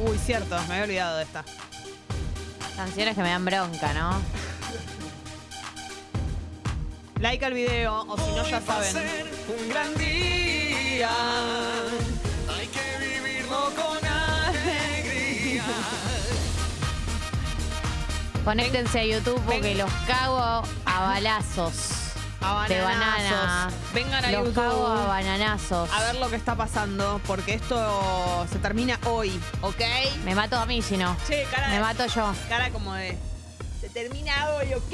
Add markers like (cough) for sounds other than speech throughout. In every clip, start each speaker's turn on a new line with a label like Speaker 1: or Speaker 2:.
Speaker 1: Uy, cierto, me había olvidado de esta.
Speaker 2: Canciones que me dan bronca, ¿no?
Speaker 1: Like al video, o si no, ya saben.
Speaker 3: un gran día. Hay que vivirlo con alegría.
Speaker 2: Conéctense a YouTube porque los cago a balazos.
Speaker 1: A
Speaker 2: De banana.
Speaker 1: bananazos. Vengan a
Speaker 2: los
Speaker 1: YouTube.
Speaker 2: cago a bananazos.
Speaker 1: A ver lo que está pasando, porque esto se termina hoy, ¿ok?
Speaker 2: Me mato a mí si no.
Speaker 1: Che, cara,
Speaker 2: Me mato yo.
Speaker 1: cara como de. Se termina hoy, ¿ok?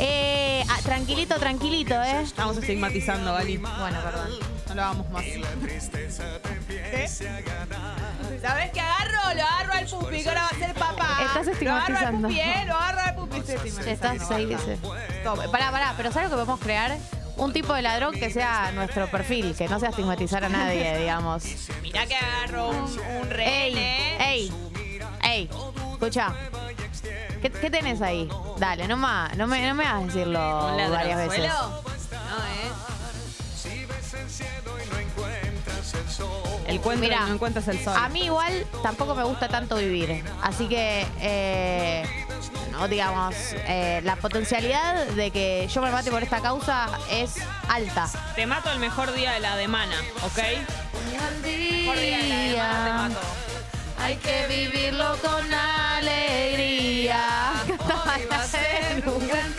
Speaker 2: Eh, ah, tranquilito, tranquilito, ¿eh?
Speaker 1: Estamos estigmatizando, Gali.
Speaker 2: Bueno, perdón.
Speaker 1: No lo hagamos más.
Speaker 3: La tristeza te empiece a ganar.
Speaker 1: ¿Sabes qué agarro? Lo agarro al pupi, que ahora va a ser papá.
Speaker 2: Estás
Speaker 1: Lo agarro al
Speaker 2: estigmatizando.
Speaker 1: pupi, ¿eh? Lo agarro al pupi. Estoy
Speaker 2: Che, Estás
Speaker 1: estigmatizando,
Speaker 2: ahí,
Speaker 1: basta.
Speaker 2: dice. Pará, pará, pero ¿sabes lo que podemos crear? Un tipo de ladrón que sea nuestro perfil, que no sea estigmatizar a nadie,
Speaker 1: (laughs)
Speaker 2: digamos.
Speaker 1: Mirá que agarro un, un rehén,
Speaker 2: Ey,
Speaker 1: ¿eh?
Speaker 2: ey, ey, escucha. ¿Qué, qué tenés ahí? Dale, no, ma- no, me, no me hagas decirlo
Speaker 1: ¿Un
Speaker 2: Oh, varias veces.
Speaker 1: ladronzuelo? No, ¿eh?
Speaker 3: Si ves el cielo y no encuentras el sol.
Speaker 1: El cuento
Speaker 2: Mirá,
Speaker 1: no encuentras el sol.
Speaker 2: A mí igual tampoco me gusta tanto vivir. Así que, eh, no, digamos, eh, la potencialidad de que yo me mate por esta causa es alta.
Speaker 1: Te mato el mejor día de la demana, ¿ok? Mejor día de la
Speaker 2: ah.
Speaker 1: demana te mato.
Speaker 2: Hay que vivirlo con alegría.
Speaker 1: Hoy va a ser un
Speaker 2: (laughs)
Speaker 1: gran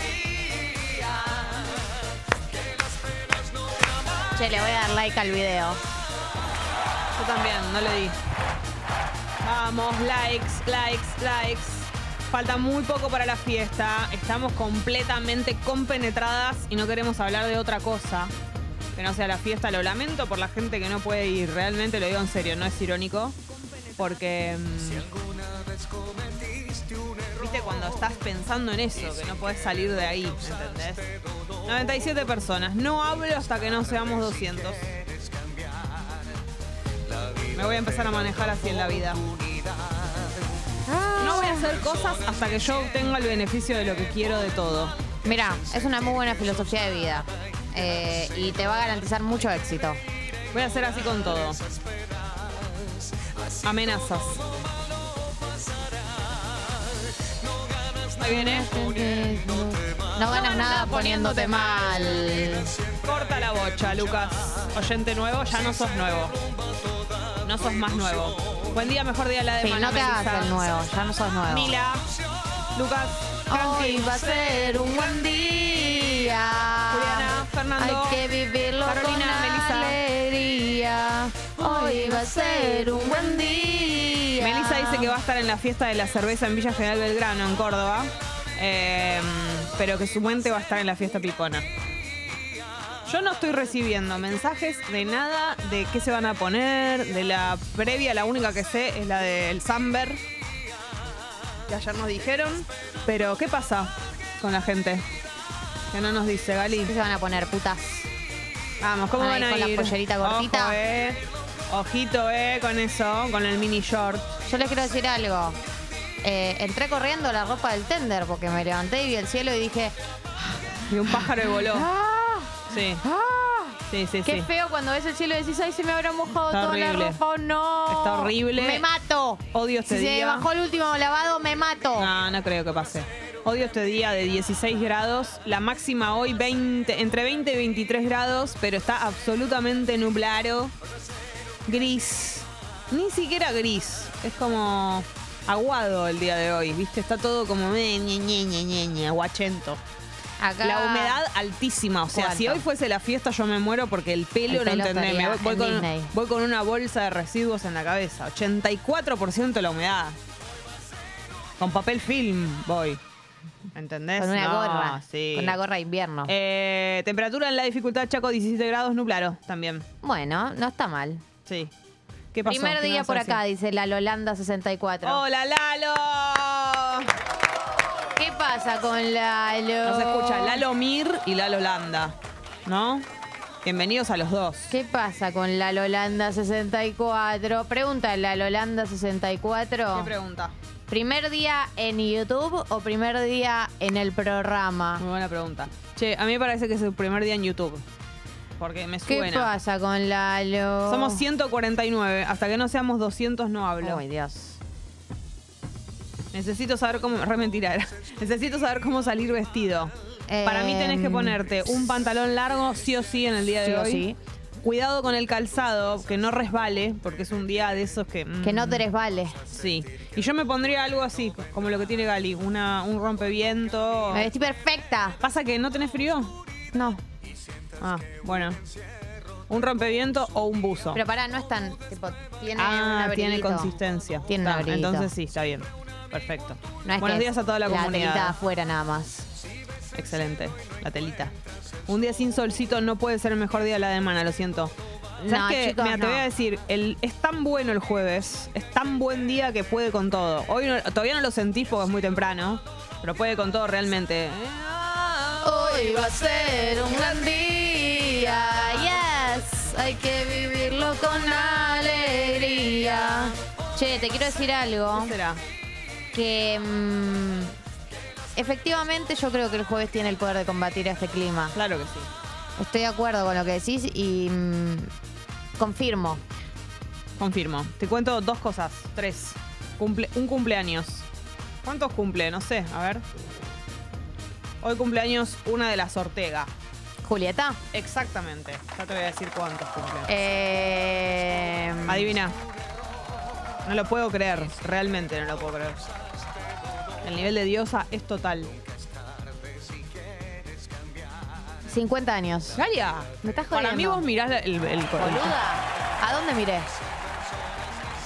Speaker 2: Che, le voy a dar like al video.
Speaker 1: Yo también, no le di. Vamos, likes, likes, likes. Falta muy poco para la fiesta. Estamos completamente compenetradas y no queremos hablar de otra cosa que no sea la fiesta. Lo lamento por la gente que no puede ir. Realmente lo digo en serio, no es irónico. Porque, mm,
Speaker 3: Alguna vez cometiste un error.
Speaker 1: viste, cuando estás pensando en eso, que no puedes salir de ahí, ¿entendés? 97 personas. No hablo hasta que no seamos 200.
Speaker 3: Quieres cambiar. La
Speaker 1: Me voy a empezar a manejar así en la vida.
Speaker 3: unidad.
Speaker 1: No voy a hacer cosas hasta que yo obtenga el beneficio de lo que quiero de todo.
Speaker 2: Mira, es una muy buena filosofía de vida. Eh, y te va a garantizar mucho éxito.
Speaker 1: Voy a hacer así con todo. Amenazas. Ahí viene.
Speaker 2: No ganas nada poniéndote mal.
Speaker 1: Corta la bocha, Lucas. Oyente nuevo, ya no sos nuevo. No sos más nuevo. Buen día, mejor día la de
Speaker 2: Sí, no te hagas el nuevo, ya no sos nuevo.
Speaker 1: Mila. Lucas.
Speaker 2: Hoy
Speaker 1: Tranqui.
Speaker 2: va a ser un buen día.
Speaker 1: Juliana, Fernando,
Speaker 2: Hay que vivirlo
Speaker 1: Carolina,
Speaker 2: con
Speaker 1: Melissa.
Speaker 2: alegría. Hoy va a ser un buen día.
Speaker 1: Melissa dice que va a estar en la fiesta de la cerveza en Villa General Belgrano, en Córdoba. Eh, pero que su mente va a estar en la fiesta pipona. Yo no estoy recibiendo mensajes de nada, de qué se van a poner, de la previa, la única que sé es la del Samber, que ayer nos dijeron. Pero, ¿qué pasa con la gente? Que no nos dice, Gali.
Speaker 2: ¿Qué se van a poner, putas?
Speaker 1: Vamos, ¿cómo
Speaker 2: Van
Speaker 1: van
Speaker 2: a
Speaker 1: a
Speaker 2: ir con la
Speaker 1: ir?
Speaker 2: pollerita cortita.
Speaker 1: Ojo, eh. Ojito, eh, con eso, con el mini short.
Speaker 2: Yo les quiero decir algo. Eh, entré corriendo a la ropa del tender porque me levanté y vi el cielo y dije,
Speaker 1: Y un pájaro y
Speaker 2: (laughs)
Speaker 1: voló.
Speaker 2: ¡ah!
Speaker 1: Sí,
Speaker 2: ¡ah!
Speaker 1: sí, sí.
Speaker 2: Qué
Speaker 1: sí.
Speaker 2: feo cuando ves el cielo y decís, ay, se me habrá mojado
Speaker 1: Está
Speaker 2: toda la
Speaker 1: horrible.
Speaker 2: ropa, oh, no.
Speaker 1: Está horrible.
Speaker 2: Me mato.
Speaker 1: Odio
Speaker 2: si
Speaker 1: este
Speaker 2: se
Speaker 1: día.
Speaker 2: bajó el último lavado, me mato.
Speaker 1: No, no creo que pase. Odio este día de 16 grados, la máxima hoy 20, entre 20 y 23 grados, pero está absolutamente nublado, gris, ni siquiera gris, es como aguado el día de hoy, ¿viste? Está todo como eh, ñe, ñe, ñe, ñe, ñe, aguachento.
Speaker 2: Acá-
Speaker 1: La humedad altísima, o sea,
Speaker 2: ¿Cuánto?
Speaker 1: si hoy fuese la fiesta yo me muero porque el pelo
Speaker 2: El
Speaker 1: no
Speaker 2: pelo
Speaker 1: entendés,
Speaker 2: estaría
Speaker 1: me voy, voy
Speaker 2: en
Speaker 1: con,
Speaker 2: Disney.
Speaker 1: voy con una bolsa de residuos en la cabeza, 84% la humedad. Con papel film voy. ¿Entendés?
Speaker 2: Con una
Speaker 1: No,
Speaker 2: gorra.
Speaker 1: sí.
Speaker 2: Con una gorra de invierno.
Speaker 1: Eh, temperatura en la dificultad Chaco 17 grados nublaro también.
Speaker 2: bueno, no está mal.
Speaker 1: Sí. ¿Qué pasó?
Speaker 2: Primer
Speaker 1: ¿Qué me
Speaker 2: día
Speaker 1: vas a
Speaker 2: por
Speaker 1: decir?
Speaker 2: acá, dice la Lolanda 64.
Speaker 1: Hola Lalo.
Speaker 2: ¿Qué pasa con Lalo?
Speaker 1: Nos escucha Lalo Mir y Lalo Landa. ¿No? Bienvenidos a los dos.
Speaker 2: ¿Qué pasa con la Lolanda 64? Pregunta la Lolanda 64.
Speaker 1: ¿Qué pregunta?
Speaker 2: ¿Primer día en YouTube o primer día en el programa?
Speaker 1: Muy buena pregunta. Che, a mí me parece que es el primer día en YouTube. porque me
Speaker 2: ¿Qué
Speaker 1: suena.
Speaker 2: pasa con Lalo?
Speaker 1: Somos 149. Hasta que no seamos 200 no hablo.
Speaker 2: Ay, Dios.
Speaker 1: Necesito saber cómo. Re mentira era. Necesito saber cómo salir vestido.
Speaker 2: Eh,
Speaker 1: Para mí tenés que ponerte un pantalón largo, sí o sí, en el día de
Speaker 2: Sí o
Speaker 1: hoy.
Speaker 2: sí.
Speaker 1: Cuidado con el calzado, que no resbale, porque es un día de esos que. mm,
Speaker 2: Que no te resbale.
Speaker 1: Sí. Y yo me pondría algo así, como lo que tiene Gali, una, un rompeviento.
Speaker 2: Me vestí perfecta.
Speaker 1: ¿Pasa que no tenés frío?
Speaker 2: No.
Speaker 1: Ah, bueno. Un rompeviento o un buzo.
Speaker 2: Pero pará, no es tan. Tipo, tiene un
Speaker 1: ah,
Speaker 2: abriguito.
Speaker 1: tiene consistencia.
Speaker 2: Tiene un
Speaker 1: Está,
Speaker 2: abriguito.
Speaker 1: Entonces sí, está bien. Perfecto.
Speaker 2: No es
Speaker 1: Buenos
Speaker 2: que
Speaker 1: días
Speaker 2: es
Speaker 1: a toda la,
Speaker 2: La telita
Speaker 1: comunidad.
Speaker 2: afuera nada más.
Speaker 1: Excelente. La telita. Un día sin solcito no puede ser el mejor día de la semana, lo siento. ¿Sabes
Speaker 2: No,
Speaker 1: qué?
Speaker 2: chicos,
Speaker 1: Mira, te
Speaker 2: no.
Speaker 1: voy a decir, el, es tan bueno el jueves, es tan buen día que puede con todo. Hoy no- todavía no lo sentís porque es muy temprano, pero puede con todo realmente. ¿Eh?
Speaker 2: Hoy va a ser un gran día. Yes. Hay que vivirlo con alegría. Che, te quiero decir algo.
Speaker 1: ¿Qué será?
Speaker 2: Que. mm, efectivamente, yo creo que el jueves tiene el poder de combatir este clima.
Speaker 1: Claro que sí.
Speaker 2: Estoy de acuerdo con lo que decís y. mm, confirmo.
Speaker 1: Confirmo. Te cuento dos cosas, tres. Cumple, un cumpleaños. ¿Cuántos cumple? No sé, a ver. Hoy cumpleaños una de las Ortega.
Speaker 2: Julieta.
Speaker 1: Exactamente. Ya te voy a decir cuántos cumple.
Speaker 2: Eh,
Speaker 1: Adivina. No lo puedo creer, realmente no lo puedo creer. El nivel de diosa es total.
Speaker 2: 50 años.
Speaker 1: Galia,
Speaker 2: Me estás
Speaker 1: para mí
Speaker 2: jodiendo.
Speaker 1: vos mirás la- el... el, el-
Speaker 2: Boluda. ¿A dónde miré?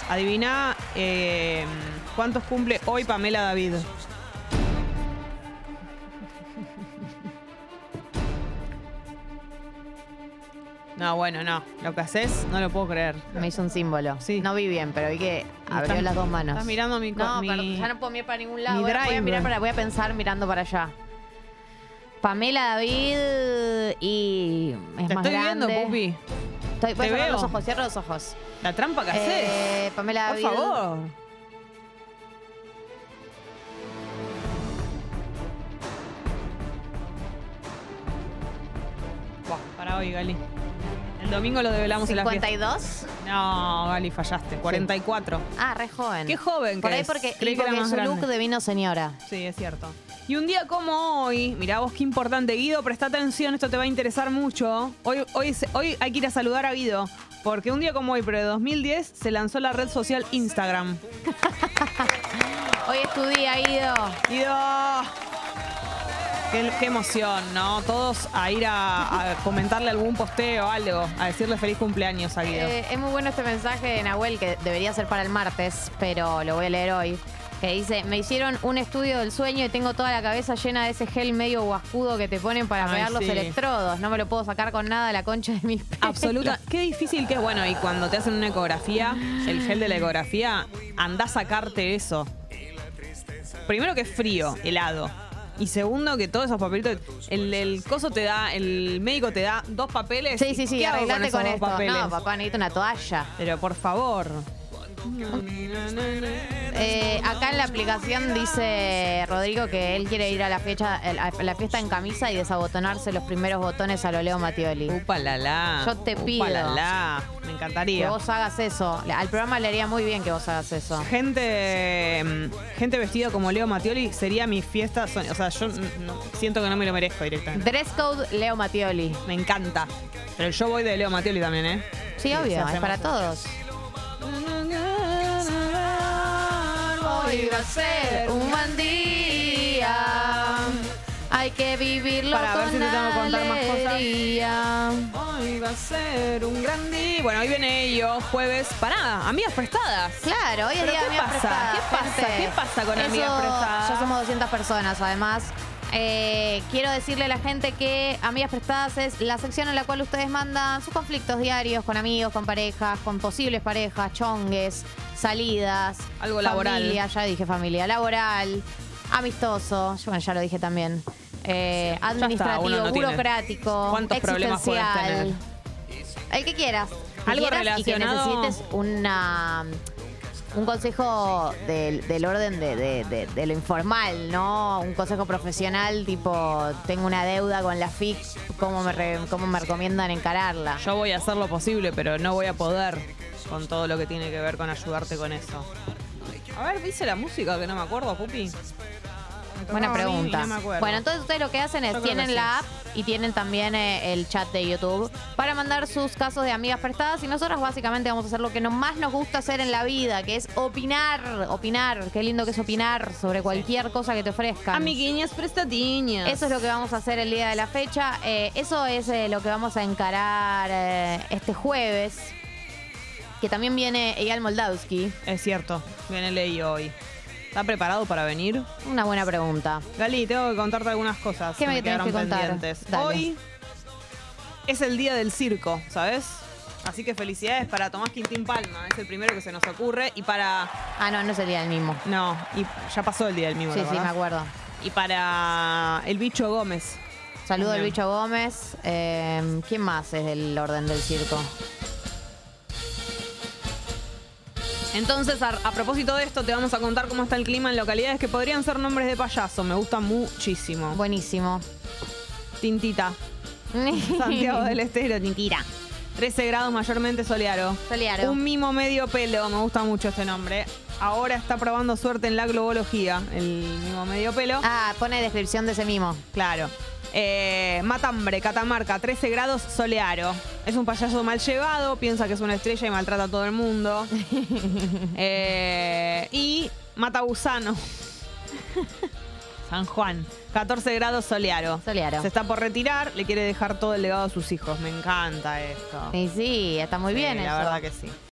Speaker 1: Adivina eh, cuántos cumple hoy Pamela David. No, bueno, no. Lo que haces no lo puedo creer.
Speaker 2: Me hizo un símbolo.
Speaker 1: Sí.
Speaker 2: No vi bien, pero vi que abrió
Speaker 1: Estás-
Speaker 2: las dos manos.
Speaker 1: Estás mirando mi... co-
Speaker 2: no,
Speaker 1: mi-
Speaker 2: perdón, ya no puedo mirar para ningún lado.
Speaker 1: mi
Speaker 2: Ahora voy, a
Speaker 1: drive.
Speaker 2: mirar para, voy a pensar mirando para allá. Pamela David y es
Speaker 1: Te
Speaker 2: más
Speaker 1: estoy
Speaker 2: grande.
Speaker 1: viendo, Pupi.
Speaker 2: Estoy,
Speaker 1: Te
Speaker 2: puedes cerrar
Speaker 1: veo.
Speaker 2: los ojos, cierra los ojos.
Speaker 1: La trampa que haces.
Speaker 2: Eh, Pamela
Speaker 1: Por
Speaker 2: David.
Speaker 1: favor. Buah, para hoy, Gali. El domingo lo develamos en la
Speaker 2: 52.
Speaker 1: fiesta. No, Gali, fallaste. 44.
Speaker 2: Ah, re joven.
Speaker 1: Qué joven que
Speaker 2: Por ahí
Speaker 1: es.
Speaker 2: porque,
Speaker 1: Creí
Speaker 2: y
Speaker 1: que era
Speaker 2: porque
Speaker 1: más
Speaker 2: su look
Speaker 1: grande.
Speaker 2: de vino señora.
Speaker 1: Sí, es cierto. Y un día como hoy, mirá vos qué importante, Guido, presta atención, esto te va a interesar mucho. Hoy, hoy, se- hoy hay que ir a saludar a Guido, porque un día como hoy, pero de 2010, se lanzó la red social Instagram.
Speaker 2: Hoy es tu día, Guido.
Speaker 1: Guido. Qué, qué emoción, ¿no? Todos a ir a, a comentarle algún posteo, algo, a decirle feliz cumpleaños a Guido.
Speaker 2: Eh, es muy bueno este mensaje de Nahuel que debería ser para el martes, pero lo voy a leer hoy. Que dice, me hicieron un estudio del sueño y tengo toda la cabeza llena de ese gel medio guascudo que te ponen para
Speaker 1: Ay,
Speaker 2: pegar los
Speaker 1: sí.
Speaker 2: electrodos. No me lo puedo sacar con nada de la concha de mis pelos.
Speaker 1: Absoluta. Qué difícil que es. Bueno, y cuando te hacen una ecografía, el gel de la ecografía, anda a sacarte eso. Primero que es frío, helado. Y segundo que todos esos papelitos, el, el coso te da, el médico te da dos papeles.
Speaker 2: (laughs) Sí, sí, sí,
Speaker 1: ¿Qué hago
Speaker 2: arreglate
Speaker 1: esos
Speaker 2: con,
Speaker 1: dos
Speaker 2: esto.
Speaker 1: papeles?
Speaker 2: No, papá, necesito una toalla.
Speaker 1: Pero por favor.
Speaker 2: Eh, acá en la aplicación dice Rodrigo que él quiere ir a la fecha, a la fiesta en camisa y desabotonarse los primeros botones a lo Leo Matioli.
Speaker 1: Upa la la.
Speaker 2: Yo te
Speaker 1: Upa,
Speaker 2: pido.
Speaker 1: la, la. Me
Speaker 2: Que
Speaker 1: encantaría.
Speaker 2: vos hagas eso. Al programa le haría muy bien que vos hagas eso.
Speaker 1: Gente, mm, gente vestida como Leo Mattioli sería mi fiesta. son- O sea, yo mm, no- siento que no me lo merezco directamente.
Speaker 2: Dress code Leo Matioli.
Speaker 1: Me encanta. Pero yo voy de Leo Mattioli también, ¿eh?
Speaker 2: Sí, obvio, es
Speaker 1: hacemos
Speaker 2: para
Speaker 1: eso.
Speaker 2: todos. buen día. Hay que vivirlo
Speaker 1: Para ver con si te tengo que contar más cosas.
Speaker 2: más cosas.
Speaker 1: Hoy va a ser un gran día. Bueno, hoy viene ello, jueves. Pará, amigas prestadas.
Speaker 2: Claro, hoy es
Speaker 1: Pero
Speaker 2: día
Speaker 1: ¿qué
Speaker 2: de amigas
Speaker 1: pasa?
Speaker 2: prestadas,
Speaker 1: ¿Qué pasa?
Speaker 2: gente.
Speaker 1: ¿Qué pasa con
Speaker 2: Eso,
Speaker 1: amigas prestadas?
Speaker 2: Ya somos 200 personas, además. Eh, quiero decirle a la gente que Amigas Prestadas es la sección en la cual ustedes mandan sus conflictos diarios con amigos, con parejas, con posibles parejas, chongues, salidas.
Speaker 1: Algo laboral.
Speaker 2: Familia, ya dije familia, laboral, amistoso, bueno, ya lo dije también. eh,
Speaker 1: está,
Speaker 2: administrativo,
Speaker 1: uno no tiene.
Speaker 2: burocrático,
Speaker 1: ¿Cuántos problemas puedes
Speaker 2: existencial.
Speaker 1: tener?
Speaker 2: El que quieras. que
Speaker 1: Algo
Speaker 2: quieras y que
Speaker 1: relacionado-
Speaker 2: necesites una un consejo del, del orden de, de- de- de lo informal, ¿no? Un consejo profesional tipo, tengo una deuda con la FIC, ¿cómo me, re- cómo me recomiendan encararla?
Speaker 1: Yo voy a hacer lo posible, pero no voy a poder con todo lo que tiene que ver con ayudarte con eso. A ver, dice la música que no me acuerdo, Pupi. Me tocaba a
Speaker 2: Buena
Speaker 1: mí y
Speaker 2: pregunta.
Speaker 1: no me acuerdo.
Speaker 2: bueno, entonces ustedes lo que hacen
Speaker 1: Yo
Speaker 2: es
Speaker 1: creo que
Speaker 2: tienen
Speaker 1: sí.
Speaker 2: la app y tienen también eh, el chat de YouTube para mandar sus casos de amigas prestadas y nosotros básicamente vamos a hacer lo que no- más nos gusta hacer en la vida, que es opinar, opinar, qué lindo que es opinar sobre cualquier cosa que te ofrezcan.
Speaker 1: Amiguiñas prestatiñas.
Speaker 2: Eso es lo que vamos a hacer el día de la fecha. Eh, eso es eh, lo que vamos a encarar eh, este jueves. Que también viene Eyal Moldavsky.
Speaker 1: Es cierto, viene Ley hoy. ¿Está preparado para venir?
Speaker 2: Una buena pregunta.
Speaker 1: Gali, tengo que contarte algunas cosas
Speaker 2: ¿Qué
Speaker 1: que
Speaker 2: me
Speaker 1: me,
Speaker 2: tenés
Speaker 1: quedaron
Speaker 2: que contar?
Speaker 1: pendientes.
Speaker 2: Dale.
Speaker 1: Hoy es el día del circo, ¿sabes? Así que felicidades para Tomás Quintín Palma, es el primero que se nos ocurre. Y para.
Speaker 2: Ah, no, no sería el mismo.
Speaker 1: No, y ya pasó el día del mismo.
Speaker 2: Sí, sí, me
Speaker 1: ¿verdad?
Speaker 2: acuerdo.
Speaker 1: Y para el bicho Gómez.
Speaker 2: Saludo al
Speaker 1: Bien.
Speaker 2: bicho Gómez. Eh, ¿Quién más es del orden del circo?
Speaker 1: Entonces, a, a propósito de esto, te vamos a contar cómo está el clima en localidades que podrían ser nombres de payaso. Me gusta muchísimo.
Speaker 2: Buenísimo.
Speaker 1: Tintita.
Speaker 2: (laughs)
Speaker 1: Santiago del Estero, Tintita. 13 grados mayormente soleado.
Speaker 2: Solearo.
Speaker 1: Un mimo medio pelo, me gusta mucho este nombre. Ahora está probando suerte en la globología, el mimo medio pelo.
Speaker 2: Ah, pone descripción de ese mimo.
Speaker 1: Claro. Eh, Matambre, Catamarca, 13 grados solearo. Es un payaso mal llevado, piensa que es una estrella y maltrata a todo el (laughs) mundo. Eh, y Matagusano, San Juan, 14 grados solearo.
Speaker 2: Solearo.
Speaker 1: Se está por retirar, le quiere dejar todo el legado a sus hijos. Me encanta esto.
Speaker 2: Y sí, está muy bien
Speaker 1: Sí,
Speaker 2: eso.
Speaker 1: La verdad que sí.